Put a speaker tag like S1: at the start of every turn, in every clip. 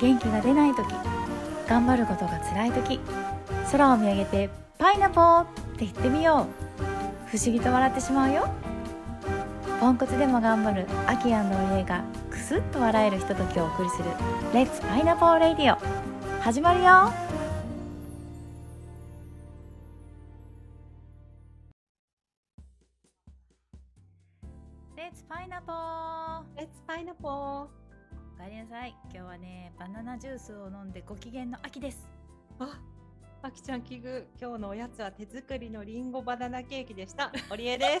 S1: 元気が出ない時頑張ることが辛い時空を見上げて「パイナポー!」って言ってみよう不思議と笑ってしまうよポンコツでも頑張るアキアンの家がクスッと笑えるひとときをお送りする「レッツパイナポーレディオ」始まるよレッツパイナポー
S2: レッツパイナポー
S1: おかえりなさい今日はねバナナジュースを飲んでご機嫌の秋です
S2: あ、あきちゃん奇遇今日のおやつは手作りのリンゴバナナケーキでしたオリエです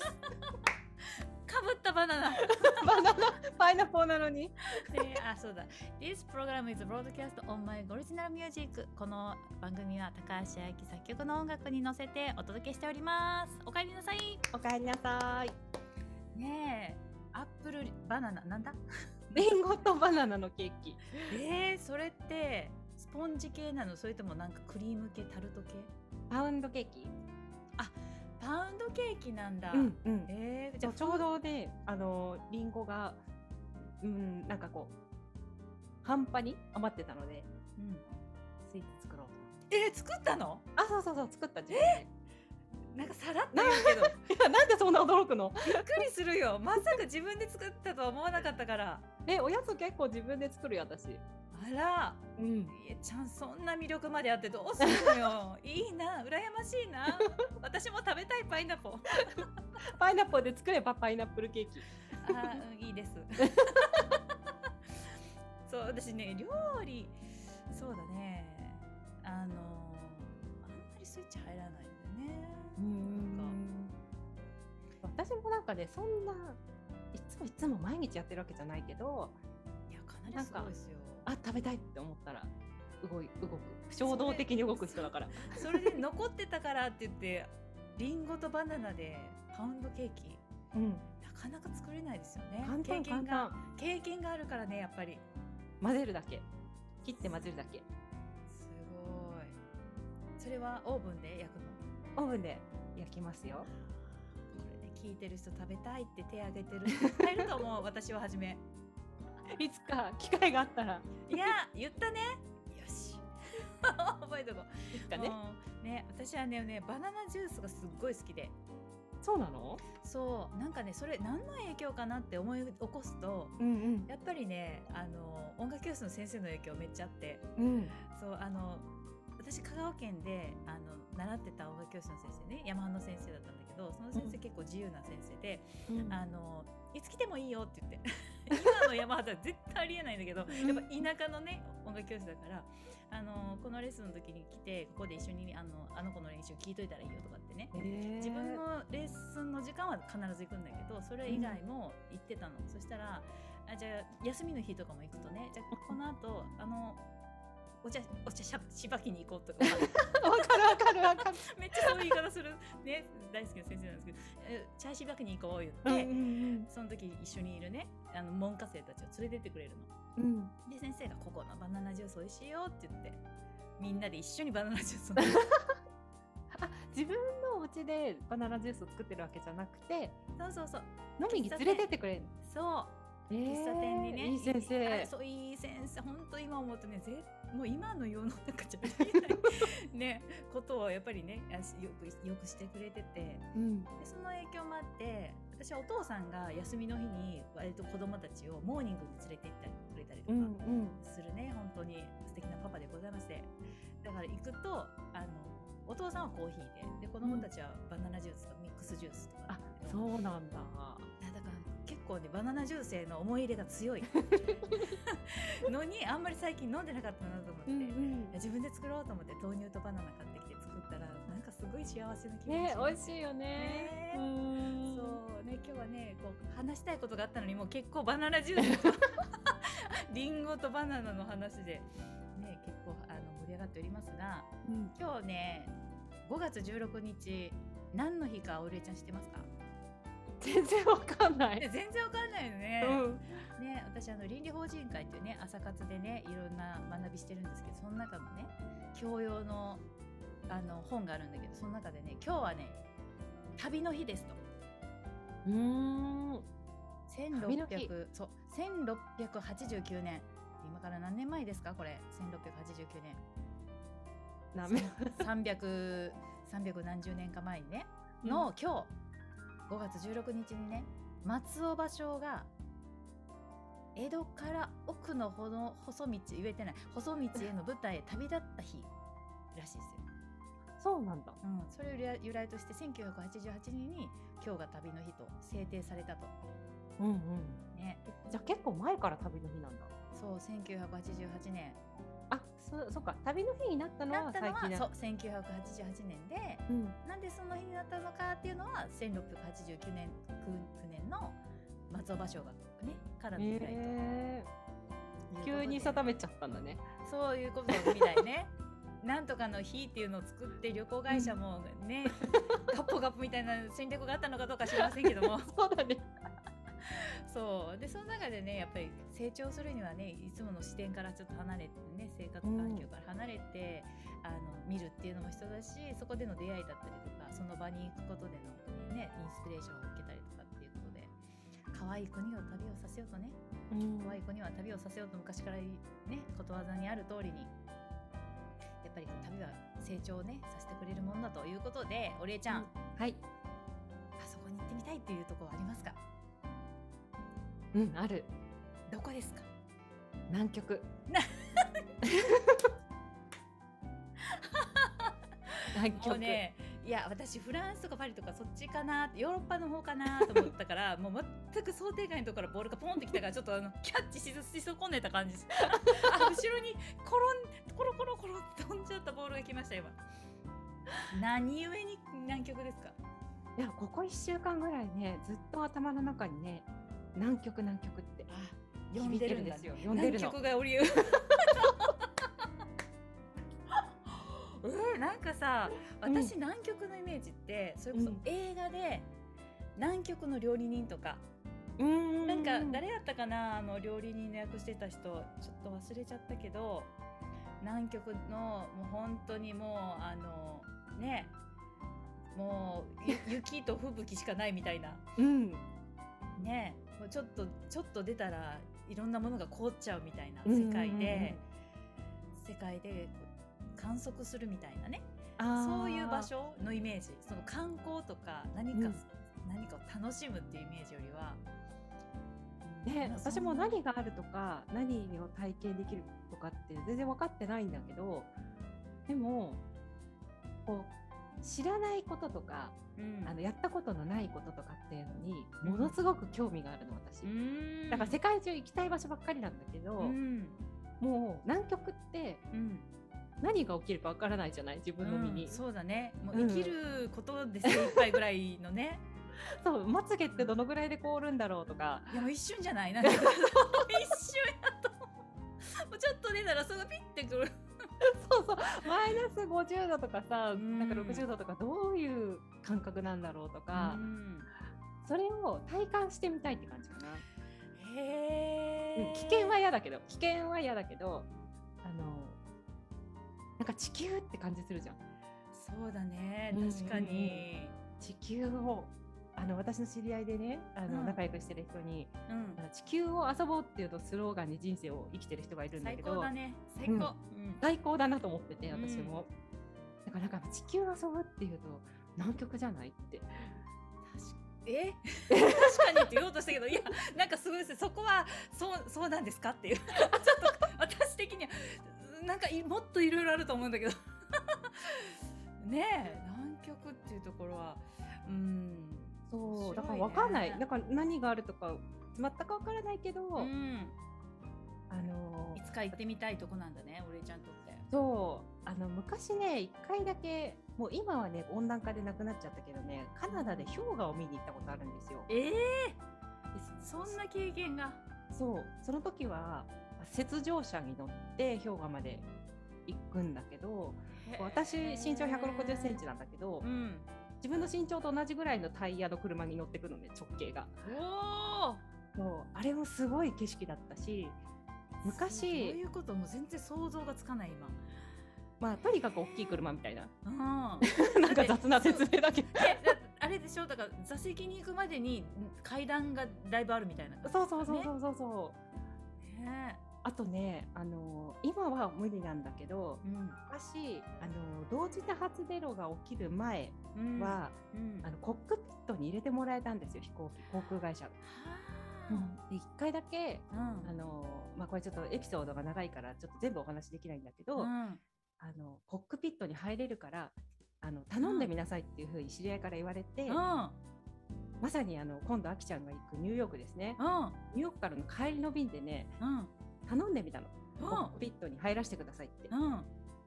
S1: かぶったバナナ
S2: バナナパイナポーなのに
S1: え ーあそうだ This program is broadcast on my original music この番組は高橋愛希作曲の音楽に乗せてお届けしておりますおかえりなさい
S2: おかえりなさい
S1: ねえアップルバナナなんだ
S2: リンゴとバナナのケーキ
S1: えー、それってスポンジ系なのそれともなんかクリーム系タルト系
S2: パウンドケーキ
S1: パウンドケーキなんだ、
S2: うんうん
S1: えー、じ
S2: じ
S1: ゃ
S2: ゃ
S1: あ
S2: ちょうどねあのリンゴがうんなんかこう半端に余ってたので
S1: うん
S2: スイーツ作ろうと思って
S1: えー、作ったの
S2: あそうそうそう作った自分で
S1: なんかさらっと言うけど
S2: いや なんでそんな驚くの
S1: びっくりするよまさか自分で作ったとは思わなかったから
S2: えおやつ結構自分で作るよ私
S1: あら
S2: うん
S1: えちゃんそんな魅力まであってどうするのよいいな羨ましいな私も食べたいパイナポ
S2: パイナップルで作ればパイナップルケーキ。
S1: あーうんいいですそう私ね料理そうだねあのあんまりスイッチ入らないんだよね
S2: 私もなんかねそんないつもいつも毎日やってるわけじゃないけど
S1: いやかなりすごいですよ
S2: あ食べたいって思ったら動い動く衝動的に動く人だから
S1: それで残ってたからって言ってリンゴとバナナでパウンドケーキ
S2: うん
S1: なかなか作れないですよね
S2: 簡単
S1: 経験
S2: 簡
S1: が
S2: 単
S1: 経験があるからねやっぱり
S2: 混ぜるだけ切って混ぜるだけ
S1: すごいそれはオーブンで焼くの
S2: オーブンで焼きますよ
S1: これね聞いてる人食べたいって手挙げてる人いっぱいいると思う私をはじ め
S2: いつか機会があったら
S1: いや言ったねよし 覚えとこ
S2: いつ
S1: う
S2: かね
S1: うんね私はねねバナナジュースがすっごい好きで
S2: そうなの
S1: そうなんかねそれ何の影響かなって思い起こすと
S2: うん
S1: やっぱりねあの音楽教室の先生の影響めっちゃあって
S2: うんうん
S1: そうあの私香川県であの習ってた音楽教室の先生ね山の先生だったんだけどその先生
S2: うん
S1: 結構自由な先生で、
S2: うん
S1: あのいつ来てもいいよって言 って今の山形は絶対ありえないんだけどやっぱ田舎のね音楽教室だからあのこのレッスンの時に来てここで一緒にあのあの子の練習聞いといたらいいよとかってね自分のレッスンの時間は必ず行くんだけどそれ以外も行ってたの、そしたらあじゃあ休みの日とかも行くとねじゃあこの後あのお茶お茶しゃしばきに行こうとか
S2: わかるわかるわかる
S1: めっちゃそういう言い方する、ね、大好きな先生なんですけどえ「茶しばきに行こう」言
S2: うんう
S1: って、
S2: ん
S1: その時一緒にいるねあの文科生たちを連れてってくれるの。
S2: うん
S1: で先生が「ここのバナナジュース美味しいよ」って言ってみんなで一緒にバナナジュースを飲 む
S2: あ自分のお家でバナナジュースを作ってるわけじゃなくて
S1: そうそうそう
S2: 飲みに連れてってくれるの、
S1: そう
S2: えー
S1: 喫茶店にね、
S2: いい先
S1: あ
S2: 生
S1: そういい先生本当今思うとねぜもう今の世の中じゃありえないね ことをやっぱりねあしよくよくしてくれててで
S2: うん
S1: その影響もあって私はお父さんが休みの日に割と子供たちをモーニングに連れて行ったりくれたりと
S2: う
S1: か。
S2: んうん
S1: するね本当に素敵なパパでございましてだから行くとあのお父さんはコーヒーでで子供たちはバナナジュースとミックスジュースとか、
S2: あそうなんだ
S1: いやだから結構ねバナナジュースへの思い入れが強 いのにあんまり最近飲んでなかったなと思って、いや自分で作ろうと思って豆乳とバナナ買ってきて作ったらなんかすごい幸せな気持ち
S2: ね美味
S1: い
S2: しいよね
S1: ね
S2: うん
S1: そうね今日はねこう話したいことがあったのにもう結構バナナジュース とリンゴとバナナの話で、ね、結構あの盛り上がっておりますが
S2: うん
S1: 今日ね5月16日何の日かおるえちゃん知ってますか
S2: 全然わかんない、
S1: ね全然わかんないよね。
S2: うん
S1: ね、私あの倫理法人会っていうね朝活でねいろんな学びしてるんですけどその中のね教養のあの本があるんだけどその中でね今日はね旅の日ですと
S2: うーん
S1: 1600
S2: 旅の日
S1: そう1689年今から何年前ですかこれ1689年
S2: なめ
S1: 300 300何十年か前にねの、今日5月16日にね松尾芭蕉が江戸から奥のほの細道言えてない細道への舞台へ旅立った日らしいですよ、
S2: そうなんだ。
S1: うん、それを由来由来として1988年に今日が旅の日と制定されたと
S2: うんうん。
S1: ね
S2: じゃあ結構前から旅の日なんだ。
S1: そう1988年
S2: あ、そそっか。旅の日になったの
S1: な
S2: は
S1: った
S2: 最
S1: の
S2: 近
S1: は
S2: だ
S1: そう1988年で
S2: うん。
S1: なんでその日になったのかっていうのは1689年 ,9 年の松尾芭蕉がねからの由来というこ
S2: え
S1: と
S2: ー、
S1: で
S2: 急に定めちゃったんだね。
S1: そういうことみたいね なんとかの日っていうのを作って旅行会社もね、ガッポガッポみたいな戦略があったのかどうか知りませんけども
S2: そうだね。
S1: そうでその中でねやっぱり成長するにはねいつもの視点からちょっと離れてね生活環境から離れて、あの見るっていうのも人だしそこでの出会いだったりとかその場に行くことでの、ね、インスピレーションを受けたりとかっていうことで可愛い子には旅をさせようとね
S2: うん
S1: 可愛い子には旅をさせようと昔からねことわざにある通りにやっぱりこう旅は成長をねさせてくれるもんだということでお礼ちゃん、
S2: うんはい。
S1: あそこに行ってみたいっていうところはありますか
S2: うん、ある。
S1: どこですか
S2: 南極。南
S1: も
S2: 極。
S1: うねいや私フランスとかパリとかそっちかなヨーロッパの方かなと思ったから もう全く想定外のところからボールがポンってきたからちょっとあのキャッチしし損ねた 感じあ後ろにコロンコロコロコロって飛んじゃったボールが来ました今何故に南極ですか
S2: いや、ここ一週間ぐらいね、ずっと頭の中にね、南極南極って
S1: あ
S2: 響いてるんですよ。呼んで
S1: 南
S2: るの。
S1: 極が降 りるえー、なんかさ
S2: うん
S1: 私、南極のイメージってそれこ
S2: う
S1: そ
S2: ん
S1: 映画で南極の料理人とか、
S2: うん
S1: なんか誰だったかなあの料理人の役してた人ちょっと忘れちゃったけど南極のもう本当にもうあのねもうゆ 雪と吹雪しかないみたいな
S2: うん。
S1: ねもうちょっとちょっと出たらいろんなものが凍っちゃうみたいな
S2: うんうんうんう
S1: 世
S2: ん
S1: 界で、世界でこう観測するみたいなね
S2: あー
S1: そういう場。所のイメージその観光とか何か、
S2: うん
S1: 何かを楽しむっていうイメージよりは、
S2: ね、
S1: まあ
S2: 私も何があるとか何を体験できるとかって全然分かってないんだけどでもこう知らないこととか、
S1: うん
S2: あのやったことのないこととかっていうのに
S1: うん
S2: ものすごく興味があるの私、
S1: うん
S2: だから世界中行きたい場所ばっかりなんだけど、
S1: うん
S2: もう南極って
S1: うん
S2: 何が起きるか分からないじゃない自分の身に、
S1: うん
S2: そ
S1: そうだねもう
S2: うん
S1: 生きることで精一杯ぐらいの ね、
S2: うまつげってどのぐらいで凍るんだろうとか
S1: いやもう一瞬じゃ ないなんか一瞬やと思うもうちょっと出たらそのピッてくる
S2: そうそうマイナス50度とかさ、
S1: うん
S2: なんか60度とかどういう感覚なんだろうとか、
S1: うん
S2: それを体感してみたいって感じかな、
S1: へ
S2: うん
S1: え
S2: 危険は嫌だけど危険は嫌だけどあのなんか地球って感じするじゃん
S1: そうだね
S2: うん
S1: 確かに
S2: 地球をあの私の知り合いでねあの、
S1: うん
S2: 仲良くしてる人に
S1: うん、
S2: 「あの地球を遊ぼう」っていうとスローガンに人生を生きてる人がいるんだ
S1: 最
S2: け
S1: 高
S2: ど
S1: だね最高、うん
S2: 最高だなと思ってて
S1: うん
S2: 私も、だからなんか地球を遊ぶっていうと南極じゃないって
S1: え 確かにって言おうとしたけどいやなんかすごいですそこはそうそうなんですかっていう ちょっと私的にはなんかいもっといろいろあると思うんだけど ねえ南極っていうところはうん
S2: そう、
S1: 面白いね
S2: だから分かんないだから何があるとか全く分からないけど、
S1: うん
S2: あの
S1: いつか行ってみたいとこなんだね俺ちゃんとって
S2: そうあの昔ね一回だけもう今はね温暖化でなくなっちゃったけどねカナダで氷河を見に行ったことあるんですよ。
S1: ええ
S2: で
S1: そんな経験が
S2: そうその時は雪上車に乗って氷河まで行くんだけど私身長1 6 0センチなんだけど
S1: うん
S2: 自分の身長と同じぐらいのタイヤの車に乗ってくのね直径が。
S1: おお
S2: そうあれもすごい景色だったし昔
S1: そういうこともう全然想像がつかない今
S2: まあとにかく大きい車みたいな
S1: うん
S2: なんか雑な説明 だけど
S1: えだあれでしょだから座席に行くまでにん階段がだいぶあるみたいな感じ
S2: そうそうそうそうそうそう。
S1: ね
S2: あとねあの今は無理なんだけど
S1: う
S2: 昔あの同時多発テロが起きる前
S1: ん
S2: は、
S1: うん、
S2: あのコックピットに入れてもらえたんですよ飛行機航空会社が。で1回だけ
S1: は
S2: あの、まあ、これちょっとエピソードが長いからちょっと全部お話できないんだけ
S1: あ
S2: ど、
S1: うん
S2: あのコックピットに入れるからあの頼んでみなさいっていうふうに知り合いから言われて、
S1: うん
S2: まさにあの今度あきちゃんが行くニューヨークですね、
S1: うん
S2: ニューヨークからの帰りの便でね
S1: うん
S2: 頼んでみたの、
S1: う
S2: コックピットに入らせてくださいって。
S1: んうん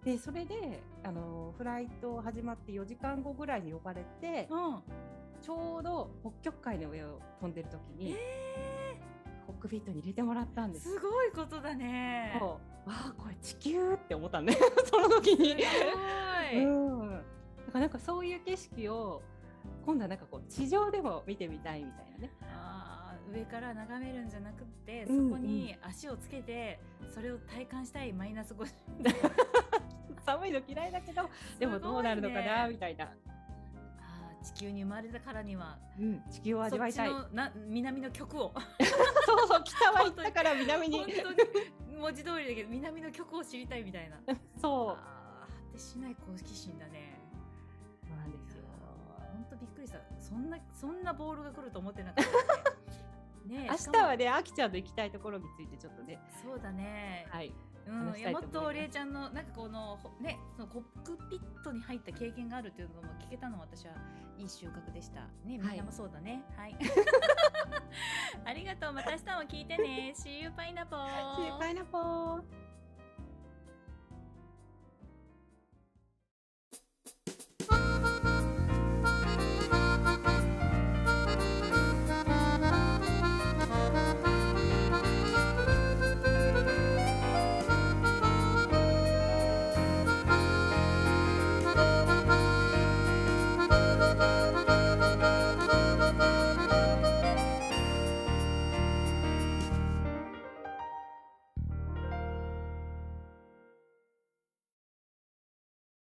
S2: でそれであのフライト始まって4時間後ぐらいに呼ばれて、
S1: うん
S2: ちょうど北極海の上を飛んでる時に、
S1: え
S2: コックピットに入れてもらったん
S1: ー、
S2: です
S1: すごいことだね。
S2: そうわあこれ地球って思ったね その時に
S1: すごい。
S2: うん、だからなんかそういう景色を今度はなんかこう地上でも見てみたいみたいなね
S1: あー上から眺めるんじゃなくって、
S2: うん
S1: そこに足をつけてそれを体感したいマイナス50
S2: 寒いの嫌いだけどでもどうなるのかなみたいな、
S1: あー地球に生まれたからには
S2: うん、地球を味わいたい
S1: そっちのな南の極 を
S2: そうそう北は行ったから南に
S1: 本当に文字通りだけど南の極を知りたいみたいな
S2: そう
S1: あー果てしない好奇心だね
S2: そうなんですよ
S1: 本当びっくりしたそんなそんなボールが来ると思ってなかった ねねえ
S2: 明
S1: し
S2: 日
S1: かも
S2: はねあきちゃんの行きたいところについてちょっとね
S1: そうだね
S2: はい
S1: うん、
S2: 話
S1: い
S2: し
S1: や
S2: たい
S1: も
S2: と
S1: っ
S2: 思
S1: と
S2: います
S1: れいちゃんのなんかこのほねそのコックピットに入った経験があるっていうのも聞けたのも私はいい収穫でしたねみんなもそうだね はい、ありがとうまた明日も聞いてね See you パイナポー
S2: パイナポー